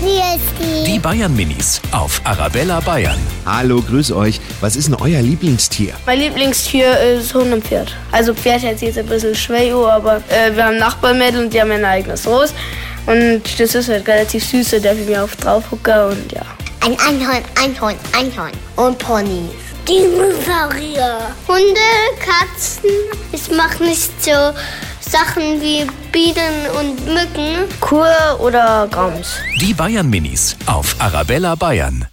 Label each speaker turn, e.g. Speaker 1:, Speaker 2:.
Speaker 1: Grüß
Speaker 2: Die Bayern Minis auf Arabella Bayern.
Speaker 3: Hallo, grüß euch. Was ist denn euer Lieblingstier?
Speaker 4: Mein Lieblingstier ist Hundepferd. Also Pferd hört sich jetzt ein bisschen schwer, an, aber äh, wir haben Nachbarmädel und die haben ein eigenes Ross. Und das ist halt relativ süß, da darf ich mir auf drauf hocken und ja.
Speaker 1: Ein Einhorn, Einhorn, Einhorn. Und Ponys. Dinosaurier. Hunde, Katzen. Ich mache nicht so Sachen wie Bienen und Mücken.
Speaker 4: Kur oder Gams?
Speaker 2: Die Bayern Minis auf Arabella Bayern.